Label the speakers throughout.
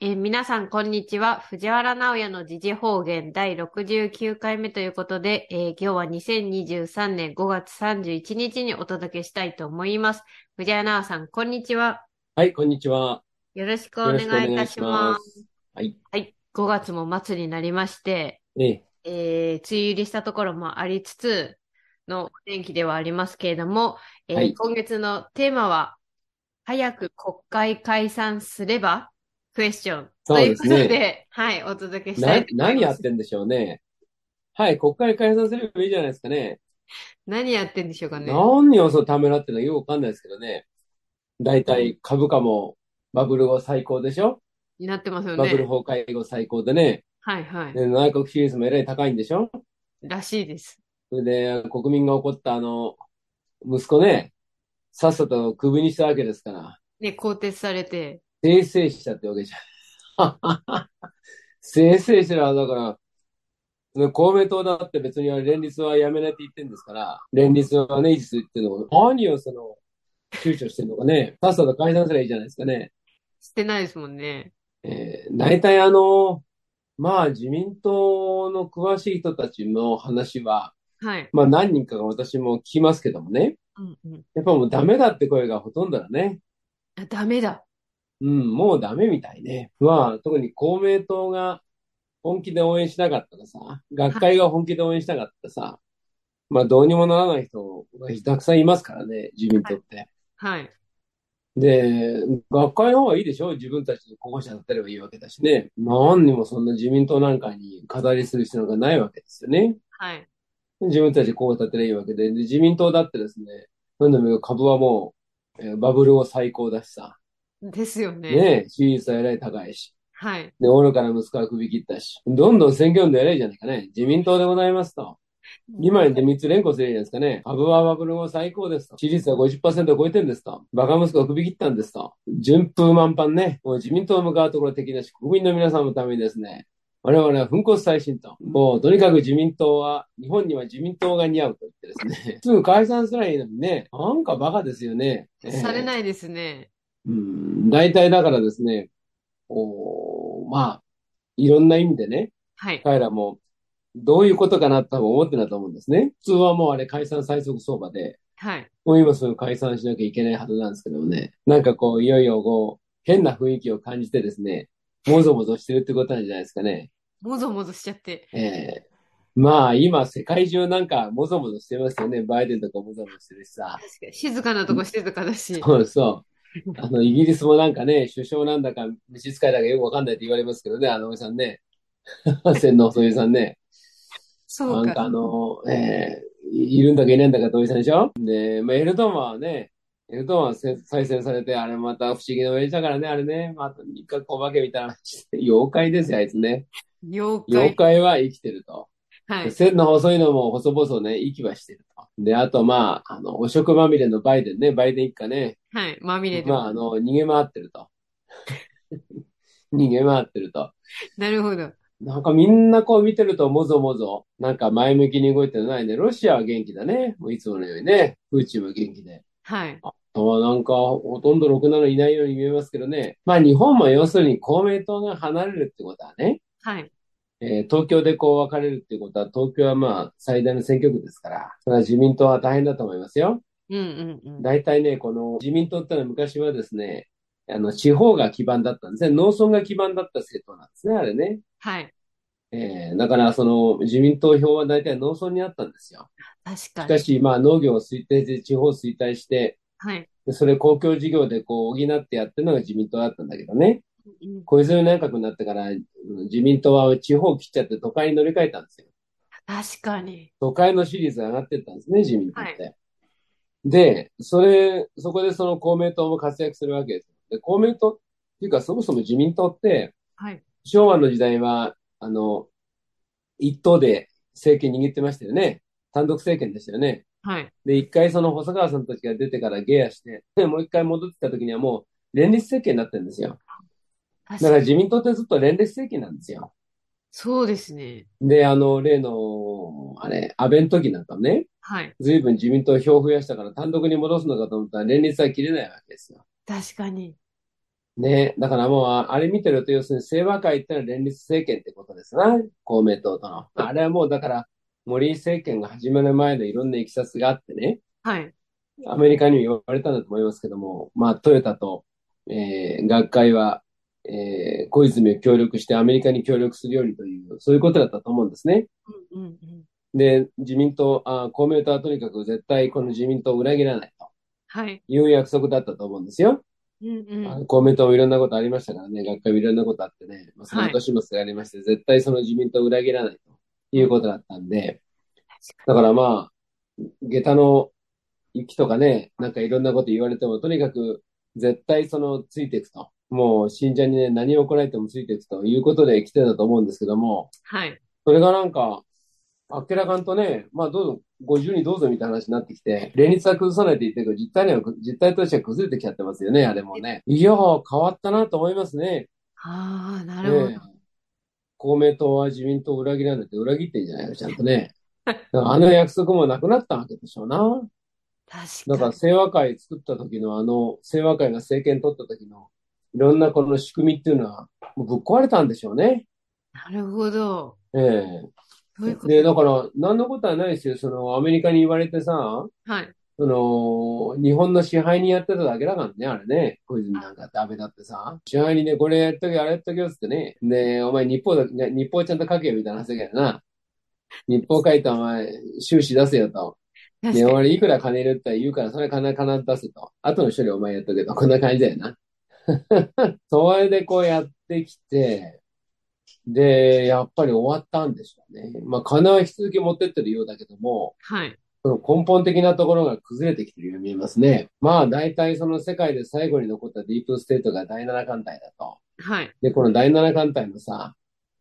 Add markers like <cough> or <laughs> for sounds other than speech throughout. Speaker 1: 皆さん、こんにちは。藤原直也の時事方言第69回目ということで、えー今日は2023年5月31日にお届けしたいと思います。藤原直也さん、こんにちは。
Speaker 2: はい、こんにちは。
Speaker 1: よろしくお
Speaker 2: よろしくお
Speaker 1: 願いい
Speaker 2: 願
Speaker 1: た
Speaker 2: い
Speaker 1: し
Speaker 2: しま
Speaker 1: ます。
Speaker 2: す。はい。
Speaker 1: はい。5月も末になりまして、
Speaker 2: ね、
Speaker 1: えー、梅雨入りしたところもありつつのお天気ではありますけれども、えー
Speaker 2: はい
Speaker 1: 今月のテーマは、早く国会解散すればクエスチョン
Speaker 2: そう
Speaker 1: という
Speaker 2: です
Speaker 1: こと
Speaker 2: ね
Speaker 1: で、はい、お届けした、
Speaker 2: ない
Speaker 1: と思い
Speaker 2: 何
Speaker 1: ます
Speaker 2: やってんでしょうね。はい、国会解散すればいいじゃないですかね。
Speaker 1: 何やってんでしょうかね。
Speaker 2: 何をそうためらってるのかよくわかんないですけどね。大体株価もバブル後最高でしょ
Speaker 1: なってますよ
Speaker 2: バブ
Speaker 1: ね。
Speaker 2: ル崩壊後最高でね。
Speaker 1: はいはい。
Speaker 2: で内閣支持率もえらい高いんでしょ
Speaker 1: らしいです。
Speaker 2: それで、国民が怒ったあの、息子ね、さっさとクビにしたわけですから、
Speaker 1: ね、更迭されて、
Speaker 2: 生成したってわけじゃん。 <laughs> 生成したら、だから、公明党だって別にあれ連立はやめないって言ってんですから、連立はね、維持するっていうのを、何をその、躊躇してんのかね、さっさと解散すればいいじゃないですかね。
Speaker 1: してないですもんね。
Speaker 2: えー、大体あの、まあ自民党の詳しい人たちの話は、
Speaker 1: はい。
Speaker 2: まあ何人かが私も聞きますけどもね、
Speaker 1: うんうん。
Speaker 2: やっぱもうダメだって声がほとんどだね。
Speaker 1: あ、ダメだ。
Speaker 2: うん、もうダメみたいね。まあ、特に公明党が本気で応援しなかったらさ、学会が本気で応援しなかったらさ、まあどうにもならない人がたくさんいますからね、自民党って。
Speaker 1: はい。
Speaker 2: で、学会の方がいいでしょ自分たちの候補者だったればいいわけだしね。何にもそんな自民党なんかに語りする必要がないわけですよね。
Speaker 1: はい。
Speaker 2: 自分たちこう立てりゃいいわけで、で自民党だってですね、なんでも株はもう、えーバブルを最高だしさ、
Speaker 1: ですよね。
Speaker 2: ねえ、支持率はえらい高いし、
Speaker 1: はい。
Speaker 2: で、愚かな息子は首切ったし、どんどん選挙運動やればいいじゃないかね。自民党でございますと。2枚で3つ連呼すればいいじゃないですかね。株はバブル後最高ですと。支持率は50%を超えてるんですと。バカ息子は首切ったんですと。順風満帆ね。もう自民党向かうところ的なし、国民の皆さんのためにですね。我々は奮骨再進と。もう、とにかく自民党は、日本には自民党が似合うと言ってですね。す <laughs> ぐ解散すらいいのにね。なんかバカですよね。
Speaker 1: され
Speaker 2: い
Speaker 1: ないですね。
Speaker 2: うん、大体だからですね、おーまあ、いろんな意味でね、
Speaker 1: はい。
Speaker 2: 彼らも、どういうことかなって多分思ってたと思うんですね。普通はもうあれ解散最速相場で、
Speaker 1: はい。
Speaker 2: もう今すぐ解散しなきゃいけないはずなんですけどもね、なんかこう、いよいよこう、変な雰囲気を感じてですね、もぞもぞしてるってことなんじゃないですかね。
Speaker 1: もぞもぞしちゃって。
Speaker 2: ええまあ今世界中なんかもぞもぞしてますよね。バイデンとかもぞもぞしてるし
Speaker 1: 確
Speaker 2: さ。
Speaker 1: かに静かなとこ静かだし。
Speaker 2: そうそう。あの、イギリスもなんかね、首相なんだか、召使いだかよくわかんないって言われますけどね、あのおじさんね。 <laughs> 洗脳そういうさんね。
Speaker 1: そ
Speaker 2: な
Speaker 1: うんか。
Speaker 2: かあの、えーいいるんだかいないんだかっておじさんでしょで、まあ、エルドンはね、エルドンはせ再選されて、あれまた不思議な親父だからね、あれね、また三日お化けみたいな話して妖怪ですよ、あいつね。
Speaker 1: 妖
Speaker 2: 妖
Speaker 1: 怪。
Speaker 2: 怪は生きてると。
Speaker 1: はい。
Speaker 2: 線の細いのも細々ね、息はしてると。で、あと、まあ、あの、汚職まみれのバイデンね、バイデン一家ね、
Speaker 1: はい。まみれで
Speaker 2: ま。あ、あの、逃げ回ってると。 <laughs> 逃げ回ってると。
Speaker 1: なるほど。
Speaker 2: なんかみんなこう見てるともぞもぞ、なんか前向きに動いてないね。ロシアは元気だね。もういつものようにね。プーチンも元気で。
Speaker 1: はい。
Speaker 2: あとはなんかほとんどろくなのいないように見えますけどね。まあ日本も要するに公明党が離れるってことはね、
Speaker 1: はい。
Speaker 2: えー東京でこう分かれるってことは東京はまあ最大の選挙区ですから、それは自民党は大変だと思いますよ。
Speaker 1: うんうんうん。
Speaker 2: 大体ね、この自民党ってのは昔はですね、あの、地方が基盤だったんですね。農村が基盤だった政党なんですね、あれね。
Speaker 1: はい。
Speaker 2: えーだから、その、自民党票は大体農村にあったんですよ。
Speaker 1: 確
Speaker 2: し
Speaker 1: か
Speaker 2: か
Speaker 1: に。
Speaker 2: し、まあ、農業を衰退して、地方を衰退して、
Speaker 1: はい。
Speaker 2: でそれ公共事業でこう補ってやってるのが自民党だったんだけどね。
Speaker 1: うん
Speaker 2: 小泉内閣になってから、うん自民党は地方を切っちゃって都会に乗り換えたんですよ。
Speaker 1: 確かに。
Speaker 2: 都会の支持率が上がってったんですね、自民党って。で、それ、そこでその公明党も活躍するわけです。で、公明党っていうか、そもそも自民党って、
Speaker 1: はい。
Speaker 2: 昭和の時代は、あの、一党で政権握ってましたよね。単独政権でしたよね。
Speaker 1: はい。
Speaker 2: で、一回その細川さんたちが出てからゲアして、で、もう一回戻ってきた時にはもう連立政権になってるんですよ。
Speaker 1: 確
Speaker 2: だか
Speaker 1: からに。
Speaker 2: 自民党ってずっと連立政権なんですよ。
Speaker 1: そうですね。
Speaker 2: で、あの、例の、あれ、安倍の時なんかもね、
Speaker 1: はい。
Speaker 2: 随分自民党票を増やしたから単独に戻すのかと思ったら連立は切れないわけですよ。
Speaker 1: 確かに。
Speaker 2: ねだからもう、ああれ見てると、要するに、清和会ってのは連立政権ってことですな。公明党との。あれはもう、だから、森政権が始まる前のいろんな経緯があってね、
Speaker 1: はい。
Speaker 2: アメリカにも言われたんだと思いますけども、まあ、トヨタと、えー学会は、えー小泉を協力してアメリカに協力するようにという、そういうことだったと思うんですね。
Speaker 1: うんうんうん。
Speaker 2: で、自民党、あ、公明党はとにかく絶対この自民党を裏切らないと
Speaker 1: はい。
Speaker 2: いう約束だったと思うんですよ。
Speaker 1: うんうん。
Speaker 2: あの公明党もいろんなことありましたからね、学会もいろんなことあってね、まあ、その年もがありまして、絶対その自民党を裏切らないということだったんで、だからまあ、下駄の行きとかね、なんかいろんなこと言われても、とにかく絶対そのついていくと。もう信者にね、何を来られてもついていくということで来てたと思うんですけども、
Speaker 1: はい。
Speaker 2: それがなんか、あっけらかんとね、まあどうぞ、50にどうぞみたいな話になってきて、連立は崩さないって言ってるけど、実態には、実態としては崩れてきちゃってますよね、あれもね。いやー、変わったなと思いますね。
Speaker 1: ああ、なるほど。
Speaker 2: ねえ公明党は自民党を裏切らないって裏切ってんじゃないの、ちゃんと
Speaker 1: <laughs>
Speaker 2: ね。だからあの約束もなくなったわけでしょうな。
Speaker 1: 確
Speaker 2: だか、
Speaker 1: からに。
Speaker 2: 清和会作った時の、あの、清和会が政権取った時の、いろんなこの仕組みっていうのは、もうぶっ壊れたんでしょうね。
Speaker 1: なるほど。
Speaker 2: ええ。
Speaker 1: そういうこと。
Speaker 2: で、だから、何のことはないですよ。その、アメリカに言われてさ、
Speaker 1: はい。
Speaker 2: その、日本の支配人やってただけだからね、あれね。小泉なんかダメだってさ。支配人で、これやっとけ、あれやっとけよっつってね。で、お前日報だ、ね日報ちゃんと書けよ、みたいな話だけどな。日報書いたお前、収支出せよと。
Speaker 1: 確
Speaker 2: で、
Speaker 1: かに。
Speaker 2: 俺いくら金入れるって言うから、それ金、金出せと。後の処理お前やっとけと。こんな感じだよな。 <laughs> それでこうやってきて、で、やっぱり終わったんでしょうね。まあ、金は引き続き持ってってるようだけども、
Speaker 1: はい。
Speaker 2: その根本的なところが崩れてきてるように見えますね。まあ、大体その世界で最後に残ったディープステートが第7艦隊だと。
Speaker 1: はい。
Speaker 2: で、この第7艦隊のさ、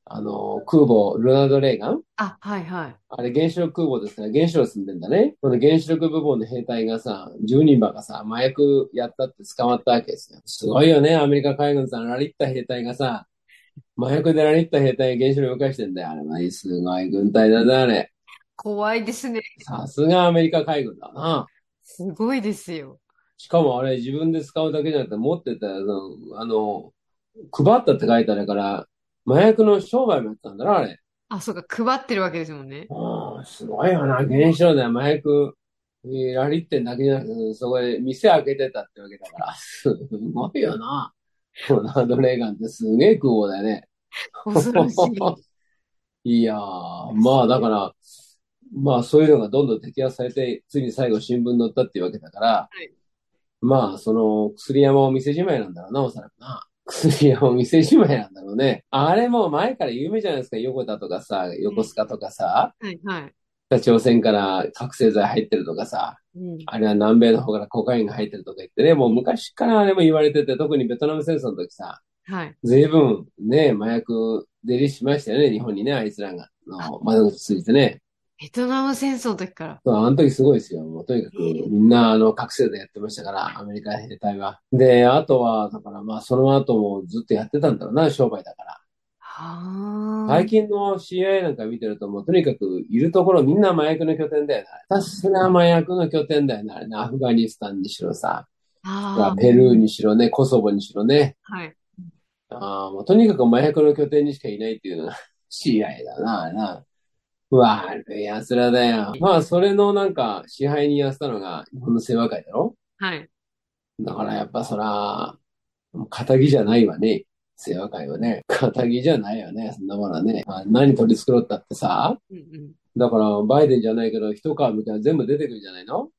Speaker 2: あの、空母、ルナルド・レーガン
Speaker 1: あ、はいはい。
Speaker 2: あれ、原子力空母ですから、原子炉住んでんだね。この原子力部門の兵隊がさ、10人ばかさ、麻薬やったって捕まったわけですよ。すごいよね、アメリカ海軍さん、ラリった兵隊がさ、麻薬でラリった兵隊が原子炉動かしてんだよ。あれは、すごい軍隊だな、あれ。
Speaker 1: 怖いですね。
Speaker 2: さすがアメリカ海軍だな。
Speaker 1: すごいですよ。
Speaker 2: しかもあれ、自分で使うだけじゃなくて、持ってた、あの、あの配ったって書いてあるから、麻薬の商売もやってたんだな、あれ。
Speaker 1: あ、そうか、配ってるわけですもんね。
Speaker 2: ああ、すごいよな。原子炉で麻薬、えーラリってんだけじゃなくて、そこで店開けてたってわけだから、すごいよな。ロナルド・レーガンってすげえ空母だよね。
Speaker 1: 恐ろしい。
Speaker 2: <laughs> いやー、まあだから、まあそういうのがどんどん摘発されて、ついに最後新聞に載ったっていうわけだから
Speaker 1: い、
Speaker 2: まあその薬山を店じまいなんだろうな、おそらくな。薬山を店じまいなんだろうね。あれもう前から有名じゃないですか、横田とかさ、横須賀とかさ、
Speaker 1: はいはい。
Speaker 2: 北朝鮮から覚醒剤入ってるとかさ、
Speaker 1: うん。
Speaker 2: あれは南米の方からコカインが入ってるとか言ってね、もう昔からあれも言われてて、特にベトナム戦争の時さ、
Speaker 1: はい。
Speaker 2: 随分ね、麻薬出りしましたよね、日本にね、あいつらが、の窓口ついてね。
Speaker 1: ベトナム戦争の時から。
Speaker 2: そうあの時すごいですよ。もうとにかくみんなあの覚醒でやってましたから、アメリカ兵隊は。で、あとは、だからまあその後もずっとやってたんだろうな、商売だから。
Speaker 1: はあ。
Speaker 2: 最近の CIA なんか見てると、もうとにかくいるところみんな麻薬の拠点だよね。ひたすら麻薬の拠点だよね。あれね、アフガニスタンにしろさ、
Speaker 1: ああ。
Speaker 2: ペルーにしろね、コソボにしろね。
Speaker 1: はい。
Speaker 2: ああ、もうとにかく麻薬の拠点にしかいないって <laughs> いうのが CIA だな、あれな。悪い奴らだよ。まあ、それのなんか支配人やってたのが日本の世話会だろ
Speaker 1: はい。
Speaker 2: だからやっぱそら、仇じゃないわね。世話会はね。仇じゃないよね。そんなものはね。まあ、何取り繕ったってさ。
Speaker 1: うんうん。
Speaker 2: だから、バイデンじゃないけど、一皮みたいな全部出てくるんじゃないの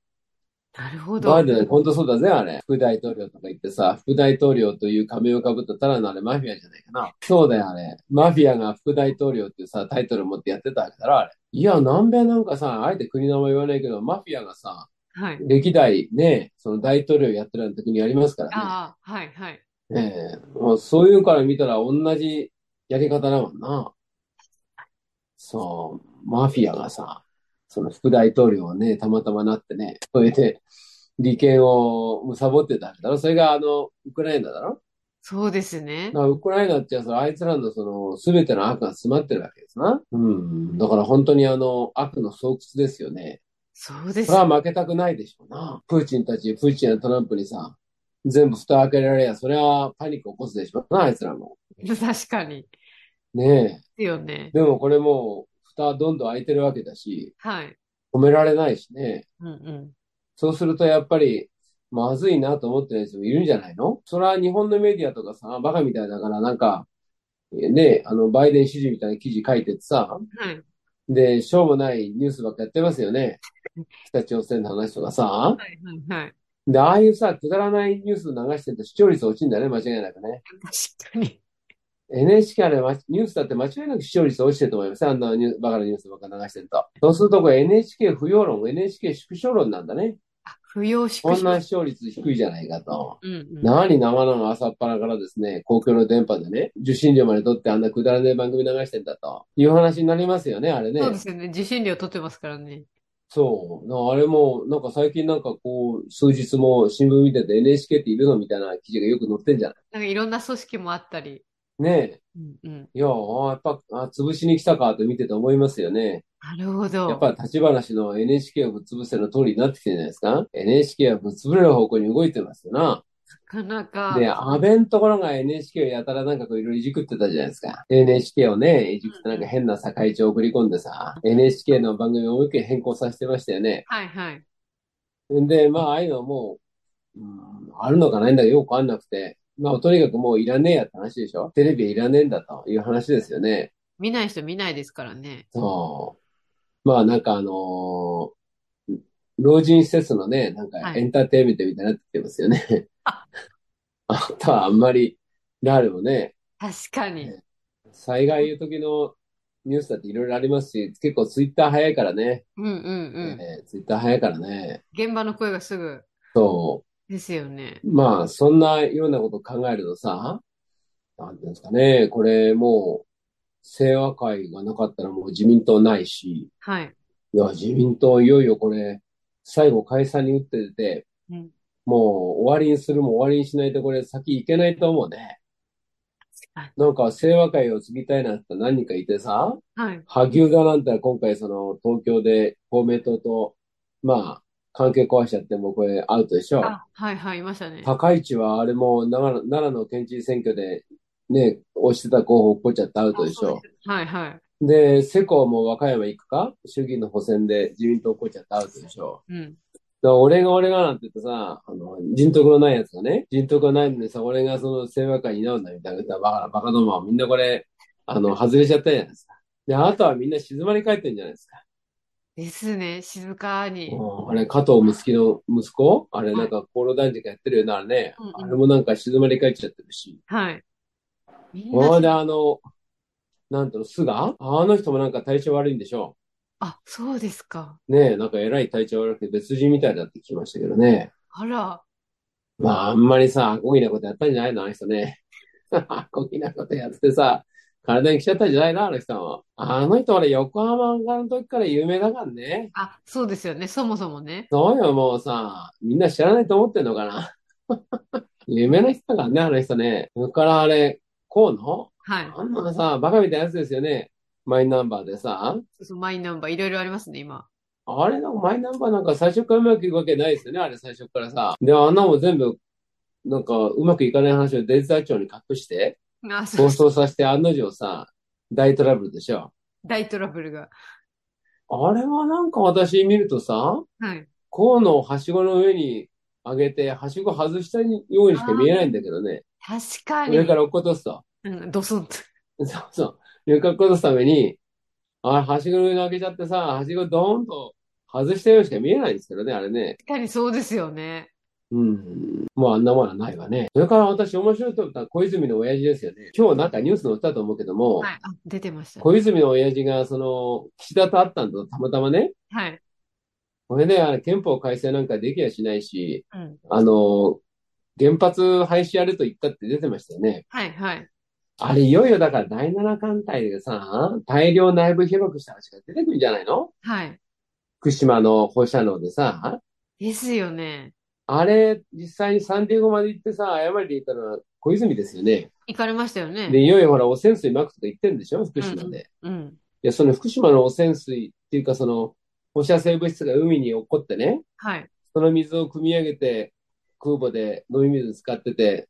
Speaker 1: なるほど。
Speaker 2: バイデン、本当そうだぜ、あれ。副大統領とか言ってさ、副大統領という仮面をかぶったただのあれマフィアじゃないかな。そうだよ、あれ。マフィアが副大統領っていうさ、タイトル持ってやってたわけだろ、あれ。いや、南米なんかさ、あえて国の名前言わないけど、マフィアがさ、
Speaker 1: はい。
Speaker 2: 歴代ね、その大統領やってるような国ありますから
Speaker 1: ああ、はいはい。
Speaker 2: ね。ええもうそういうから見たら同じやり方だもんな。そう、マフィアがさ、その副大統領をね、たまたまなってね、それで利権を貪ってたんだろそれがあの、ウクライナだろ
Speaker 1: そうですね
Speaker 2: だか。らウクライナってやつはあいつらのその、すべての悪が詰まってるわけですな。うん。だから本当にあの、悪の巣窟ですよね。
Speaker 1: そうです
Speaker 2: それ。は負けたくないでしょうな。プーチンたち、プーチンやトランプにさ、全部蓋開けられや、それはパニック起こすでしょうな、あいつらも。
Speaker 1: 確かに。
Speaker 2: ね
Speaker 1: ですよね
Speaker 2: え。。でもこれもう、蓋どんどん開いてるわけだし、
Speaker 1: はい。
Speaker 2: 止められないしね。
Speaker 1: うんうん。
Speaker 2: そうするとやっぱり、まずいなと思ってる人もいるんじゃないのそれは日本のメディアとかさ、バカみたいだから、なんか、ね、あの、バイデン支持みたいな記事書いててさ、
Speaker 1: はい。
Speaker 2: で、しょうもないニュースばっかやってますよね。北朝鮮の話とかさ。
Speaker 1: はいはいはい。
Speaker 2: で、ああいうさ、くだらないニュース流してると視聴率落ちるんだね、間違いなくね。
Speaker 1: 確かに。
Speaker 2: NHK あれ、まニュースだって間違いなく視聴率落ちてると思いますよあんなニューバカなニュースばっか流してると。そうするとこれ NHK 不要論、NHK 縮小論なんだね。
Speaker 1: あ、不要縮
Speaker 2: こんな
Speaker 1: 小。
Speaker 2: 視聴率低いじゃないかと。
Speaker 1: うんうん。
Speaker 2: なに生々朝っぱらからですね、公共の電波でね、受信料まで取ってあんなくだらねえ番組流してんだという話になりますよね、あれね
Speaker 1: そう。ですよね。受信料取ってますからね。
Speaker 2: そう。なあれも、なんか最近なんかこう、数日も新聞見てて NHK っているのみたいな記事がよく載ってんじゃない
Speaker 1: なんかいろんな組織もあったり。
Speaker 2: ねえ。
Speaker 1: うんうん。
Speaker 2: いや、あやっぱ、あ、潰しに来たかと見てて思いますよね。
Speaker 1: なるほ
Speaker 2: やっ
Speaker 1: ど。
Speaker 2: ぱ立ち話の NHK をぶっ潰せの通りになってきてるじゃないですか。NHK はぶっ潰れる方向に動いてますよな。
Speaker 1: なかなか。
Speaker 2: で、安倍のところが NHK をやたらなんかこういろいろいじくってたじゃないですか。NHK をね、いじくってなんか変な境地を送り込んでさ、NHK の番組を思いっきり変更させてましたよね。
Speaker 1: はいはい。
Speaker 2: んで、まあ、ああいうのはもう、うん、あるのかないんだかよくわかんなくて、まあ、とにかくもういらねえやって話でしょ。テレビはいらねえんだという話ですよね。
Speaker 1: 見ない人見ないですからね。
Speaker 2: そう。まあ、なんかあのー老人施設のね、なんか
Speaker 1: はい
Speaker 2: エンターテインメントみたいになってきてますよね。 <laughs> あとはあんまり、ラールもね、
Speaker 1: 確かに。
Speaker 2: 災害いう時のニュースだっていろいろありますし、結構ツイッター早いからね。
Speaker 1: うんうんうん。
Speaker 2: えーツイッター早いからね。
Speaker 1: 現場の声がすぐ
Speaker 2: そ
Speaker 1: ですよね。
Speaker 2: う。まあ、そんなようなこと考えるとさ、なんていうんですかね、これもう、清和会がなかったらもう自民党ないし、
Speaker 1: はい。
Speaker 2: いや、自民党いよいよこれ、最後解散に打って出て、
Speaker 1: うん
Speaker 2: もう終わりにするも終わりにしないとこれ先行けないと思うね。なんか、清和会を継ぎたいなって何人かいてさ、
Speaker 1: はい。
Speaker 2: 萩生田なんて今回その東京で公明党と、まあ、関係壊しちゃってもうこれアウトでしょ。
Speaker 1: あ、はいはい、いましたね。
Speaker 2: 高市はあれも長野奈良の県知事選挙でね、押してた候補落っこっちゃってアウトでしょ。
Speaker 1: はいはい。
Speaker 2: で、世耕も和歌山行くか衆議院の補選で自民党落っこっちゃってアウトでしょ。
Speaker 1: うん。
Speaker 2: だから俺が俺がなんて言ってさ、あの、人徳のないやつがね、人徳がないのにさ、俺がその清和会になるんだみたいな歌、バカ、バカどもはみんなこれ、あの、外れちゃったじゃないですか。で、あとはみんな静まり返ってんじゃないですか。
Speaker 1: ですね。静かに。
Speaker 2: うんあれ、加藤睦月の息子あれ、なんか、厚労大臣がやってるようなね
Speaker 1: うんうん、
Speaker 2: あれもなんか静まり返っちゃってるし。
Speaker 1: はい。みん
Speaker 2: これで、
Speaker 1: な、
Speaker 2: あの、なんとの、菅あの人もなんか体調悪いんでしょ
Speaker 1: あ、そうですか。
Speaker 2: ねえ、なんか偉い体調悪くて別人みたいだって聞きましたけどね。
Speaker 1: あら、
Speaker 2: まあ、あんまりさ、アコギなことやったんじゃないのあの人ね。 <laughs> アコギなことやってさ、体に来ちゃったんじゃないのあの人も。あの人、俺、横浜の時から有名だからね。
Speaker 1: あ、そうですよね。そもそもね。
Speaker 2: そうよ、もうさ、みんな知らないと思ってんのかな。 <laughs> 夢の人だからね、あの人ね。それからあれ、河野
Speaker 1: はい。
Speaker 2: あんなのさ、バカみたいなやつですよね。マイナンバーでさ。
Speaker 1: そうそうマイナンバー、いろいろありますね、今。
Speaker 2: あれのマイナンバーなんか最初からうまくいくわけないですよね、あれ最初からさ。で、あんなもん全部、なんかうまくいかない話をデジタル庁に隠して、
Speaker 1: あ、そ
Speaker 2: 暴
Speaker 1: う、
Speaker 2: 走させて案の定さ、大トラブルでしょ。
Speaker 1: 大トラブルが。
Speaker 2: あれはなんか私見るとさ、
Speaker 1: はい。
Speaker 2: 河野をはしごの上に上げて、はしご外したようにしか見えないんだけどね。
Speaker 1: 確かに。
Speaker 2: 上から落っことすと。
Speaker 1: うん、ドスンと。
Speaker 2: そうそう。上から落っことすために、あ、はしごの上に上げちゃってさ、はしごドーンと外したようにしか見えないんですけどね、あれね。
Speaker 1: 確かにそうですよね。
Speaker 2: うん。もうあんなものはないわね。それから私面白いと思ったのは小泉の親父ですよね。今日なんかニュース載ったと思うけども、
Speaker 1: はい。あ、出てました。
Speaker 2: 小泉の親父がその、岸田と会ったんだとたまたまね。
Speaker 1: はい。
Speaker 2: これで、あの憲法改正なんかできやしないし、
Speaker 1: うん。
Speaker 2: あの、原発廃止やると言ったって出てましたよね。
Speaker 1: はい、はい。
Speaker 2: あれ、いよいよだから第7艦隊でさ、大量内部被爆した話が出てくるんじゃないの
Speaker 1: はい。
Speaker 2: 福島の放射能でさ、
Speaker 1: ですよね。
Speaker 2: あれ、実際にサンディエゴまで行ってさ、謝りに行ったのは小泉ですよね。
Speaker 1: 行かれましたよね。
Speaker 2: で、いよいよほら、汚染水まくとか言ってんでしょ福島
Speaker 1: うん
Speaker 2: で。
Speaker 1: うん。
Speaker 2: いや、その福島の汚染水っていうか、その、放射性物質が海に落っこってね、
Speaker 1: はい。
Speaker 2: その水を汲み上げて、空母で飲み水使ってて、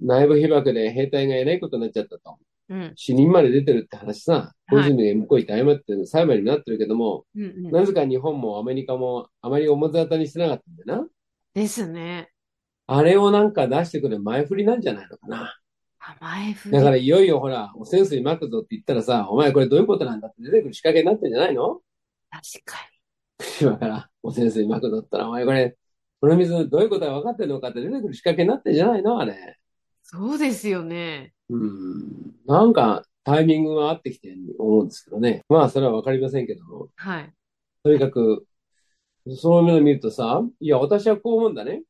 Speaker 2: 内部被爆で兵隊がえらいことになっちゃったと。
Speaker 1: うん。
Speaker 2: 死人まで出てるって話さ、小泉が向こう行って謝ってる裁判になってるけども、
Speaker 1: うんうん。
Speaker 2: なぜか日本もアメリカもあまり表沙汰にしてなかったんだよな。
Speaker 1: ですね。
Speaker 2: あれをなんか出してくれ前振りなんじゃないのかな。
Speaker 1: 甘い振り。
Speaker 2: だからいよいよほら、汚染水まくぞって言ったらさ、お前これどういうことなんだって出てくる仕掛けになってんじゃないの
Speaker 1: 確か
Speaker 2: 今から汚染水まくぞったら、お前これ、この水どういうことが分かってんのかって出てくる仕掛けになってんじゃないのあれ。
Speaker 1: に。そうですよね。
Speaker 2: うんなんかタイミングが合ってきてると思うんですけどね。まあそれはわかりませんけども。
Speaker 1: はい。
Speaker 2: とにかく、そういうのを見るとさ、いや私はこう思うんだね。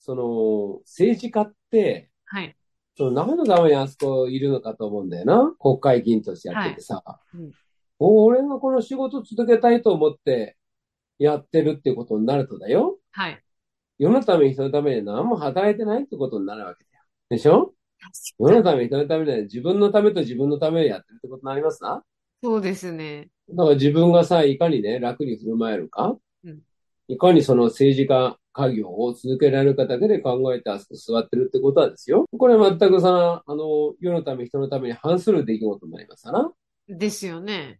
Speaker 2: その、政治家って、
Speaker 1: はい。
Speaker 2: その何のためにあそこいるのかと思うんだよな。国会議員としてやっててさ。
Speaker 1: いうん
Speaker 2: 俺がこの仕事続けたいと思ってやってるってことになるとだよ。
Speaker 1: はい。
Speaker 2: 世のために人のために何も働いてないってことになるわけだよ。でしょ世
Speaker 1: 確か
Speaker 2: の
Speaker 1: に。
Speaker 2: ため、人のためで、自分のためと自分のためでやってるってことになりますな。
Speaker 1: そうですね。
Speaker 2: だから自分がさ、いかにね、楽に振る舞えるか、
Speaker 1: うん
Speaker 2: いかにその政治家家業を続けられるかだけで考えてあそこ座ってるってことはですよ。これ全くさ、あの、世のため、人のために反する出来事になりますから。
Speaker 1: ですよね。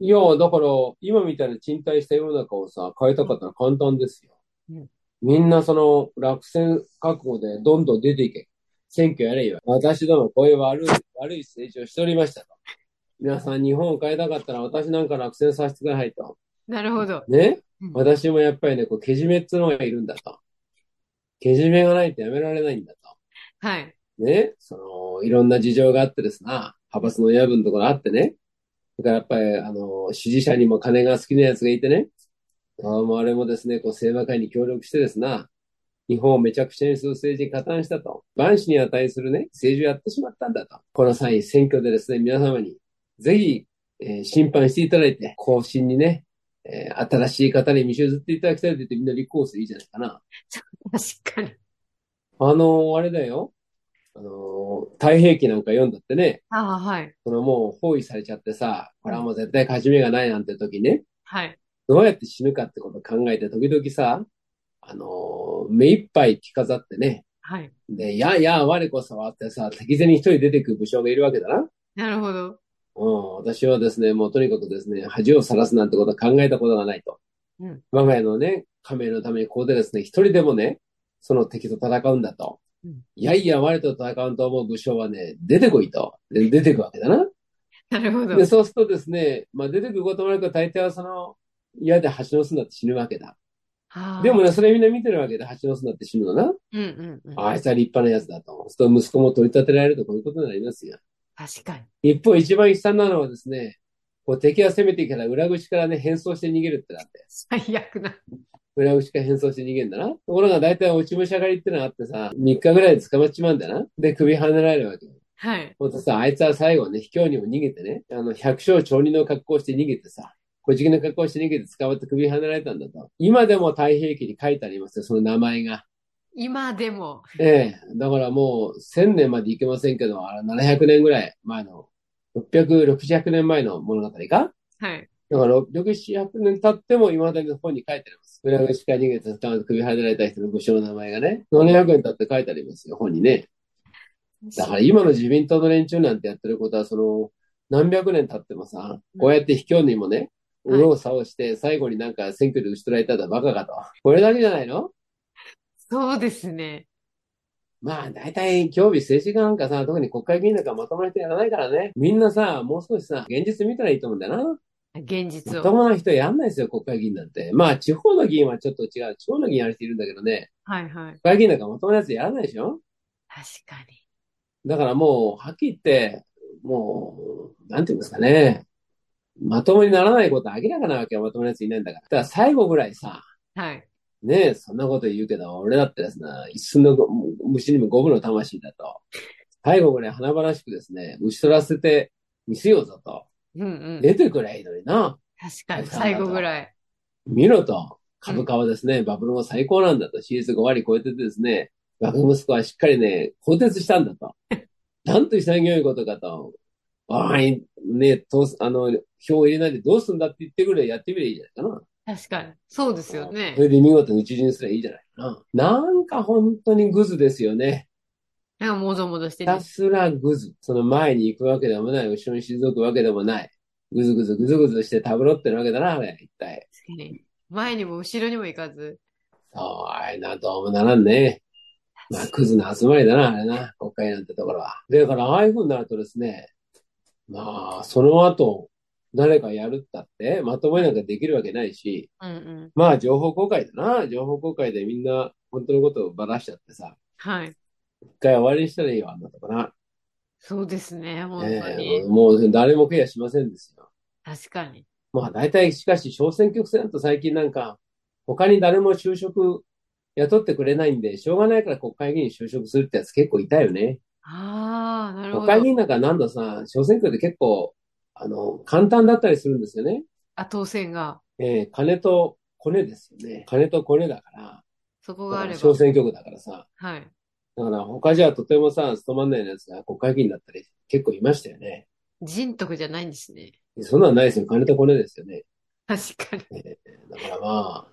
Speaker 2: いや、だから、今みたいな賃貸した世の中をさ、変えたかったら簡単ですよ。
Speaker 1: うん
Speaker 2: みんなその、落選覚悟でどんどん出ていけ。選挙やれよ。私どもこういう悪い、悪い政治をしておりましたと。皆さん日本を変えたかったら私なんか落選させてくださいと。
Speaker 1: なるほど。
Speaker 2: ね
Speaker 1: うん
Speaker 2: 私もやっぱりね、こう、けじめっつうのがいるんだと。けじめがないとやめられないんだと。
Speaker 1: はい。
Speaker 2: ねその、いろんな事情があってですな、派閥の親分のところあってね。だからやっぱり、あの、支持者にも金が好きなやつがいてね。ああ、もうあれもですね、こう、政和会に協力してですな、日本をめちゃくちゃにする政治に加担したと。万死に値するね、政治をやってしまったんだと。この際、選挙でですね、皆様に、ぜひ、えー審判していただいて、後進にね、えー新しい方に見譲っていただきたいと言ってみんな立候補するいいじゃないかな。
Speaker 1: 確かに。
Speaker 2: あのーあれだよ。あのー太平記なんか読んだってね、
Speaker 1: ああ、はい。
Speaker 2: そのもう包囲されちゃってさ、これはもう絶対勝ち目がないなんて時ね、
Speaker 1: はい。
Speaker 2: どうやって死ぬかってことを考えて時々さ、あのー目いっぱい着飾ってね、
Speaker 1: はい。
Speaker 2: で、やあやあ我こそはってさ、敵前に一人出てく武将がいるわけだな。
Speaker 1: なるほど。
Speaker 2: うん、私はですね、もうとにかくですね、恥をさらすなんてことは考えたことがないと。
Speaker 1: うん
Speaker 2: 我が家のね、家名のためにここでですね、一人でもね、その敵と戦うんだと。
Speaker 1: うん
Speaker 2: いやいや、我と戦うと思う武将はね、出てこいと。で出てくわけだな。
Speaker 1: なるほど
Speaker 2: で、。そうするとですね、まあ出てくることもなく大抵はその、嫌で蜂の巣になって死ぬわけだ。
Speaker 1: ああ
Speaker 2: でもね、それみんな見てるわけで蜂の巣になって死ぬのな。
Speaker 1: うんうんうん。
Speaker 2: あいつは立派なやつだと。そうすると息子も取り立てられるとこういうことになりますよ。
Speaker 1: 確かに。
Speaker 2: 一方、一番悲惨なのはですね、こう敵が攻めてきたら裏口からね、変装して逃げるってなって。
Speaker 1: 最悪な。
Speaker 2: 裏口から変装して逃げるんだな。ところが大体落ち武者狩りってのがあってさ、3日ぐらいで捕まっちまうんだな。で、首跳ねられるわけ。
Speaker 1: はい。
Speaker 2: ほんとさ、あいつは最後ね、卑怯にも逃げてね、あの、百姓町人の格好をして逃げてさ、小じきの格好をして逃げて捕まって首跳ねられたんだと。今でも太平記に書いてありますよ、その名前が。
Speaker 1: 今でも。
Speaker 2: ええ。だからもう、1000年までいけませんけど、あれ700年ぐらい前の、600、600年前の物語か
Speaker 1: はい。
Speaker 2: だから、6、700年経っても、今までの本に書いてあります。裏口から逃げて、たま首はねられた人の武将の名前がね、700年経って書いてありますよ、本にね。だから、今の自民党の連中なんてやってることは、その、何百年経ってもさ、こうやって卑怯にもね、
Speaker 1: はい
Speaker 2: 右往左往して、最後になんか選挙で打ち取られたらバカかと。これだけじゃないの
Speaker 1: そうですね。
Speaker 2: まあ、大体、競技、政治家なんかさ、特に国会議員なんかまともな人やらないからね。みんなさ、もう少しさ、現実見たらいいと思うんだよな。
Speaker 1: 現実
Speaker 2: まと
Speaker 1: を。
Speaker 2: もな人やんないですよ、国会議員なんて。まあ、地方の議員はちょっと違う。地方の議員やる人いるんだけどね、
Speaker 1: はいはい。
Speaker 2: 国会議員なんかまともなやつやらないでしょ
Speaker 1: 確かに。
Speaker 2: だからもう、はっきり言って、もう、なんていうんですかね。まともにならないことは明らかなわけよ、まともなやついないんだから。ただから最後ぐらいさ、
Speaker 1: はい。
Speaker 2: ねえ、そんなこと言うけど、俺だってですね、一寸のご虫にも五分の魂だと。最後ぐらい華々しくですね、打ち取らせて見せようぞと。
Speaker 1: うんうん。
Speaker 2: 出てくれいいのにな。
Speaker 1: 確かに。最後ぐらい。
Speaker 2: 見ろと。株価はですね、バブルも最高なんだと。CS5 割超えててですね、若息子はしっかりね、更迭したん
Speaker 1: <laughs>
Speaker 2: だと。なんと潔いことかと。おい、ね、とす、あの、票を入れないでどうすんだって言ってくれ、やってみればいいじゃないかな。
Speaker 1: 確かに。そうですよね
Speaker 2: そ。れで見事に打ち死にすればいいじゃない。な。なんか本当にグズですよね。
Speaker 1: なんかもぞもぞして
Speaker 2: ひ
Speaker 1: る。
Speaker 2: たすらグズ。その前に行くわけでもない、後ろに退くわけでもない。グズグズグズグズしてたぶろってるわけだな、あれ、一体。
Speaker 1: 確かに前にも後ろにも行かず。
Speaker 2: そう、あれな、どうもならんね。まあ、クズの集まりだな、あれな、国会なんてところは。だから、ああいう風になるとですね、まあ、その後、誰かやるったって、まともになんかできるわけないし、
Speaker 1: うんうん。
Speaker 2: まあ、情報公開だな。情報公開でみんな、本当のことをばらしちゃってさ、
Speaker 1: はい。
Speaker 2: 一回終わりにしたらいいよ、あんなとこな。
Speaker 1: そうですね、本
Speaker 2: え
Speaker 1: 当に。
Speaker 2: えもう、誰もケアしませんですよ。
Speaker 1: 確かに。
Speaker 2: まあ、大体、しかし、小選挙区制だと最近なんか、他に誰も就職、雇ってくれないんで、しょうがないから国会議員就職するってやつ結構いたよね。
Speaker 1: ああ、なるほ
Speaker 2: 国会議
Speaker 1: ど。
Speaker 2: 員なんかなんださ、小選挙で結構、あの、簡単だったりするんですよね。
Speaker 1: あ、当選が。
Speaker 2: ええ金とコネですよね。金とコネだから、
Speaker 1: そこがあれば
Speaker 2: 小。選挙区だからさ、
Speaker 1: はい。
Speaker 2: だから他じゃとてもさ、務まんないようなやつが国会議員だったり結構いましたよね。
Speaker 1: 人徳じゃないんですね。
Speaker 2: そんなのないですよ。金とコネですよね。
Speaker 1: 確かに。
Speaker 2: だからまあ、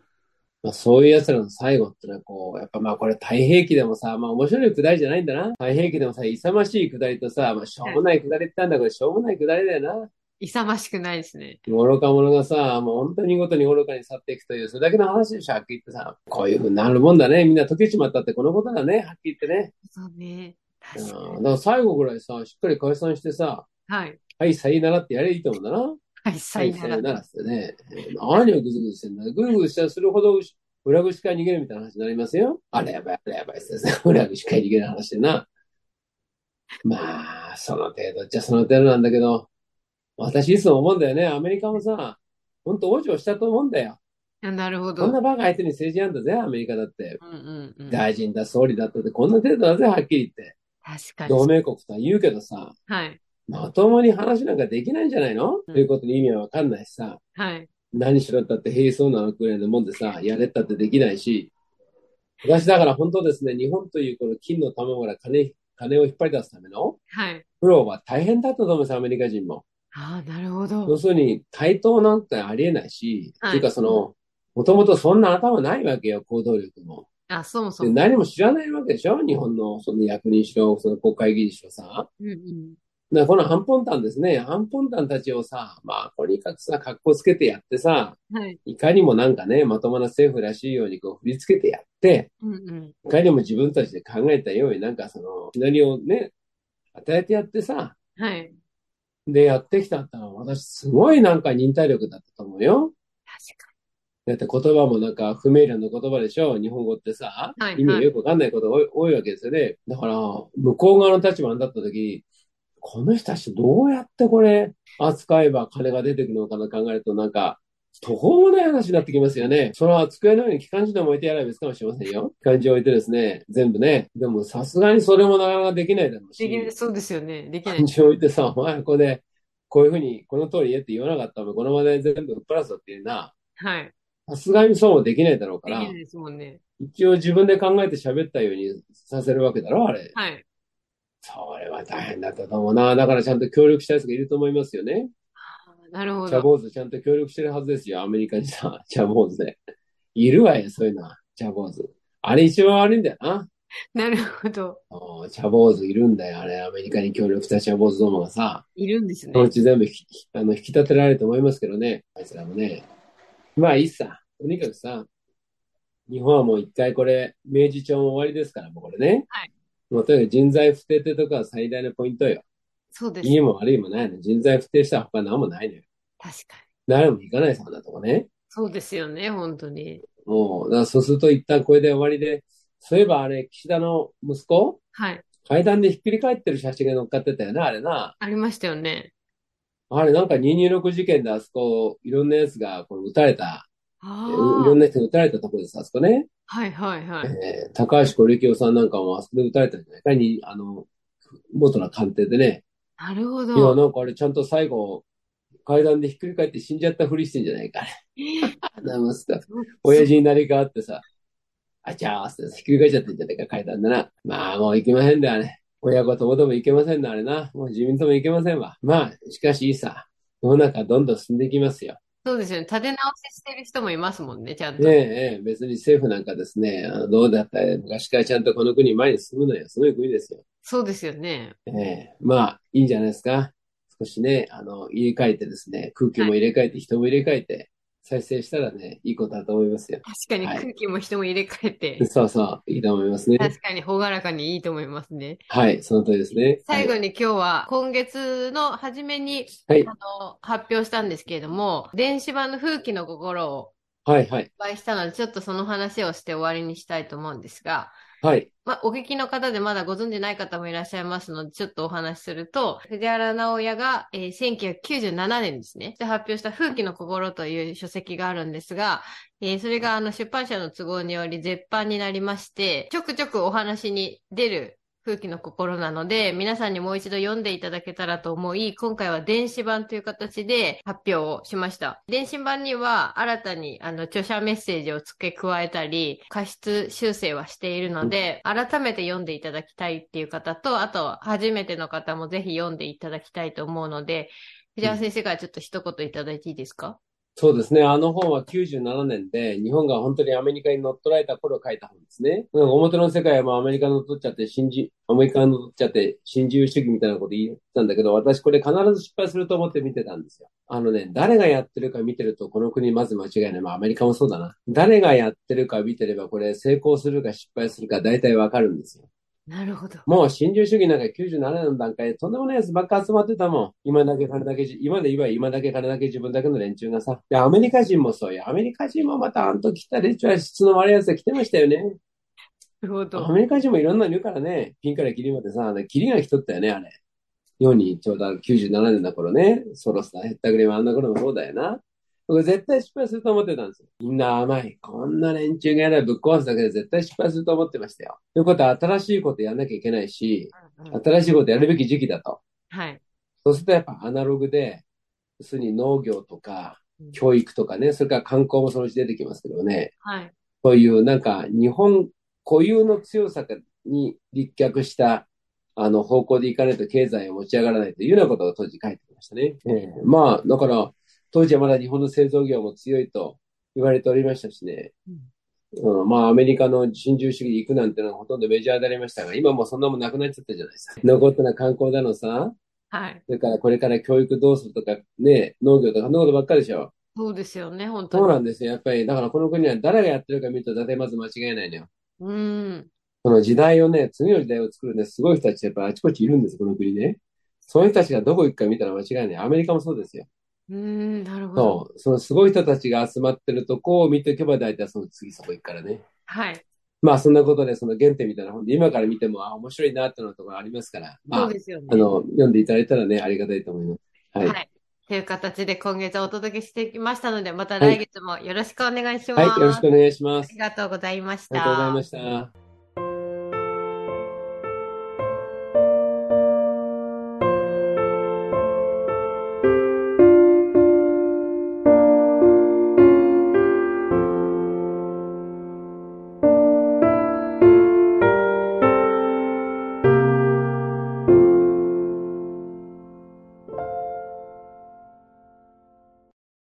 Speaker 2: まあ、そういう奴らの最後ってのはこう、やっぱまあこれ太平記でもさ、まあ面白いくだりじゃないんだな。太平記でもさ、勇ましいくだりとさ、まあしょうもないくだりってあんだけど、しょうもないくだりだよな。
Speaker 1: 勇ましくないですね。
Speaker 2: 愚か者がさ、もう本当にごとに愚かに去っていくという、それだけの話でしょ、はっきり言ってさ。こういうふうになるもんだね。みんな溶けちまったってこのことだね、はっきり言ってね。
Speaker 1: そうね。
Speaker 2: うん
Speaker 1: 確か
Speaker 2: だから最後ぐらいさ、しっかり解散してさ、
Speaker 1: に。はい。
Speaker 2: はい、さよならってやればいいと思うんだな。
Speaker 1: はい、さよなら。
Speaker 2: らってね。何をグズグズしてんだ。グズグズしたらするほど裏口から逃げるみたいな話になりますよ。あれやばい、あれやばいっすね。 <laughs> 裏口から逃げる話でな。まあ、その程度っちゃその程度なんだけど、私いつも思うんだよね。アメリカもさ、ほんと往生したと思うんだよ。
Speaker 1: あなるほ
Speaker 2: こん
Speaker 1: ど。
Speaker 2: なバカ相手に政治やんだぜ、アメリカだって。
Speaker 1: うんうんうん。確
Speaker 2: 大臣だ、総理だったって、こんな程度だぜ、はっきり言って。
Speaker 1: か
Speaker 2: 同
Speaker 1: に。
Speaker 2: 盟国とは言うけどさ、
Speaker 1: はい。
Speaker 2: まともに話なんかできないんじゃないの、
Speaker 1: うん
Speaker 2: ということに意味はわかんないしさ。
Speaker 1: はい。
Speaker 2: 何しろったって平そうなのくらいのもんでさ、やれったってできないし、私だから本当ですね、日本というこの金の卵から金、金を引っ張り出すための
Speaker 1: はい。
Speaker 2: 苦労は大変だったと思います、アメリカ人も。
Speaker 1: ああ、なるほど
Speaker 2: 要。するに対等なんてありえないし、
Speaker 1: はい
Speaker 2: っていうかその、もともとそんな頭ないわけよ、行動力も。
Speaker 1: あ、そもそ
Speaker 2: で
Speaker 1: も。
Speaker 2: 何も知らないわけでしょ日本のその役人しろ、その国会議員しろさ。
Speaker 1: うんうん。
Speaker 2: だからこのハンポンタンですね、ハンポンタンたちをさ、まあ、とにかくさ、格好つけてやってさ、
Speaker 1: はい。
Speaker 2: いかにもなんかね、まともな政府らしいようにこう振り付けてやって、
Speaker 1: うんうん。
Speaker 2: いかにも自分たちで考えたようになんかその、シナリオをね、与えてやってさ、
Speaker 1: はい。
Speaker 2: で、やってきたってのは私すごいなんか忍耐力だったと思うよ。
Speaker 1: 確
Speaker 2: だって言葉もなんか不明瞭な言葉でしょ日本語ってさ、
Speaker 1: はい
Speaker 2: 意味がよくわかんないことが多い多いわけですよね。だから、向こう側の立場になった時、この人たちどうやってこれ扱えば金が出てくるのかな考えるとなんか、途方もない話になってきますよね。それは机の上に機関紙でも置いてやれば別かもしれませんよ。機関紙置いてですね、全部ね。でもさすがにそれもなかなかできないだろうし。
Speaker 1: かに。できそうですよね。できない
Speaker 2: 感。情を置いてさ、お前ここで、こういうふうに、この通り言えって言わなかったら、この場で全部売っ払うぞっていうな、
Speaker 1: はい。
Speaker 2: さすがにそうもできないだろうか
Speaker 1: でき
Speaker 2: ら
Speaker 1: ない、ですもんね。
Speaker 2: 一応自分で考えて喋ったようにさせるわけだろ、あれ。
Speaker 1: はい。
Speaker 2: それは大変だったと思うな。だからちゃんと協力したやつがいると思いますよね。
Speaker 1: あなるほ
Speaker 2: チャ
Speaker 1: ど。
Speaker 2: ボーズちゃんと協力してるはずですよ、アメリカにさ、 <laughs> チャボーズで。いるわよ、そういうのは、チャボーズ。あれ一番悪いんだよな。
Speaker 1: なるほど。
Speaker 2: おーチャボーズいるんだよ、あれ、アメリカに協力したチャボーズどもがさ。
Speaker 1: いるんです
Speaker 2: そのう
Speaker 1: ね。
Speaker 2: ち全部ひひあの引き立てられると思いますけどね、あいつらもね。まあいいさ。とにかくさ、日本はもう一回これ、明治町も終わりですから、もうこれね。
Speaker 1: はい
Speaker 2: もうとにかく人材不定ってとこは最大のポイントよ。
Speaker 1: そうです
Speaker 2: い。いも悪いもないの。人材不定したら他何もないのよ。
Speaker 1: 確かに。
Speaker 2: 誰も行かないさ、あんなとこね。
Speaker 1: そうですよね、本当に。
Speaker 2: もう、だからそうすると一旦これで終わりで、そういえばあれ、岸田の息子
Speaker 1: はい。階
Speaker 2: 階段でひっくり返ってる写真が乗っかってたよな、あれな。
Speaker 1: ありましたよね。
Speaker 2: あれ、なんか226事件であそこ、いろんなやつがこう撃たれた、
Speaker 1: あ
Speaker 2: いろん
Speaker 1: あ。
Speaker 2: な人が撃たれたところです、あそこね。
Speaker 1: はいはいはい。
Speaker 2: えー高橋小力夫さんなんかもあそこで撃たれたんじゃないかに、あの、元の官邸でね。
Speaker 1: なるほ
Speaker 2: いや、
Speaker 1: ど。
Speaker 2: なんかあれ、ちゃんと最後、階段でひっくり返って死んじゃったふりしてんじ
Speaker 1: <laughs>
Speaker 2: ゃないか。あの息子親父になり変わってさ、あちゃーっつってひっくり返っちゃってんじゃないか、階段でな。まあ、もういけませんだ、あれ。親子ともともいけませんな、あれな。もう自民ともいけませんわ。まあ、しかしいいさ、世の中どんどん進んでいきますよ。
Speaker 1: そうですよね。立て直ししてる人もいますもんね、ちゃんと。
Speaker 2: ねえ、ええ別に政府なんかですね、あのどうだったら昔からちゃんとこの国前に進むのよ。すごい国ですよ。
Speaker 1: そうですよね。
Speaker 2: ええまあ、いいんじゃないですか。少しね、あの、入れ替えてですね、空気も入れ替えて、人も入れ替えて、再生したらね、いいことだと思いますよ。
Speaker 1: 確かに
Speaker 2: はい
Speaker 1: 空気も人も入れ替えて、
Speaker 2: そうそう、いいと思いますね。
Speaker 1: 確かに朗らかにいいと思いますね。
Speaker 2: はい、その通りですね。
Speaker 1: 最後
Speaker 2: はい
Speaker 1: に今日は今月の初めに、
Speaker 2: はい
Speaker 1: あの発表したんですけれども、電子版の風紀の心を
Speaker 2: はい、はい、
Speaker 1: お会いしたので、ちょっとその話をして終わりにしたいと思うんですが、
Speaker 2: はい、
Speaker 1: まあ、お聞きの方でまだご存じない方もいらっしゃいますので、ちょっとお話しすると、藤原直哉が、えー1997年ですね、で発表した風紀の心という書籍があるんですが、えーそれがあの出版社の都合により絶版になりまして、ちょくちょくお話に出る風紀の心なので、皆さんにもう一度読んでいただけたらと思い、今回は電子版という形で発表をしました。電子版には新たにあの著者メッセージを付け加えたり、過失修正はしているので、改めて読んでいただきたいっていう方と、あと初めての方もぜひ読んでいただきたいと思うので、藤原先生からちょっと一言いただいていいですか、
Speaker 2: そうですね。あの本は97年で、日本が本当にアメリカに乗っ取られた頃書いた本ですね。なんか表の世界はもうアメリカに乗っ取っちゃって、新自、アメリカに乗っ取っちゃって、新自由主義みたいなこと言ってたんだけど、私これ必ず失敗すると思って見てたんですよ。あのね、誰がやってるか見てると、この国まず間違いない。まあアメリカもそうだな。誰がやってるか見てれば、これ成功するか失敗するか大体わかるんですよ。
Speaker 1: なるほど。
Speaker 2: もう新自由主義なんか97年の段階でとんでもないやつばっか集まってたもん。今だけ金だけじ、今で言えば今だけ金だけ自分だけの連中がさ。で、アメリカ人もそうや。アメリカ人もまたあんと来た連中は質の悪いやつが来てましたよね。
Speaker 1: なるほど。
Speaker 2: アメリカ人もいろんなのいるからね。ピンからキリまでさ、あのキリが来とったよね、あれ。世にちょうど97年の頃ね。ソロスだ、ヘッタグレもあんな頃もそうだよな。これ絶対失敗すると思ってたんですよ。みんな甘い。こんな連中がやればぶっ壊すだけで絶対失敗すると思ってましたよ。ということは新しいことやんなきゃいけないし、
Speaker 1: うんうん
Speaker 2: 新しいことやるべき時期だと。
Speaker 1: はい。
Speaker 2: そうするとやっぱアナログで、要するに農業とか
Speaker 1: うん、
Speaker 2: 教育とかね、それから観光もそのうち出てきますけどね、
Speaker 1: はい。
Speaker 2: そういうなんか日本固有の強さに立脚したあの方向でいかないと経済を持ち上がらないというようなことを当時書いてましたね。ええまあ、だから当時はまだ日本の製造業も強いと言われておりましたしね。うん、まあ、アメリカの新自由主義に行くなんてのはほとんどメジャーでありましたが、今もうそんなもんなくなっちゃったじゃないですか。残ったのは観光だのさ、
Speaker 1: はい。
Speaker 2: それからこれから教育どうするとか、ね、農業とかそんなことばっかりでしょ。
Speaker 1: そうですよね、本当に。
Speaker 2: そうなんですよ。やっぱり、だからこの国は誰がやってるか見ると、大体まず間違いないのよ。
Speaker 1: うん。
Speaker 2: この時代をね、次の時代を作るね、すごい人たちってやっぱあちこちいるんです、この国ね。そういう人たちがどこ行くか見たら間違いない。アメリカもそうですよ。
Speaker 1: うん、なるほど。
Speaker 2: そう。そのすごい人たちが集まってるとこを見ておけば大体その次そこ行くからね。
Speaker 1: はい。
Speaker 2: まあそんなことで、その原点みたいな本で今から見ても、あ、面白いなってのところありますから、ま
Speaker 1: そ
Speaker 2: あ
Speaker 1: う、ですよね。
Speaker 2: あの、読んでいただいたらね、ありがたいと思います。はい。
Speaker 1: はいという形で今月はお届けしてきましたので、また来月もよろしくお願いし
Speaker 2: はい、
Speaker 1: ます。
Speaker 2: よろしくお願いしま
Speaker 1: あ
Speaker 2: す
Speaker 1: り。がとうございまし
Speaker 2: ありがとうござい
Speaker 1: た
Speaker 2: ま。した。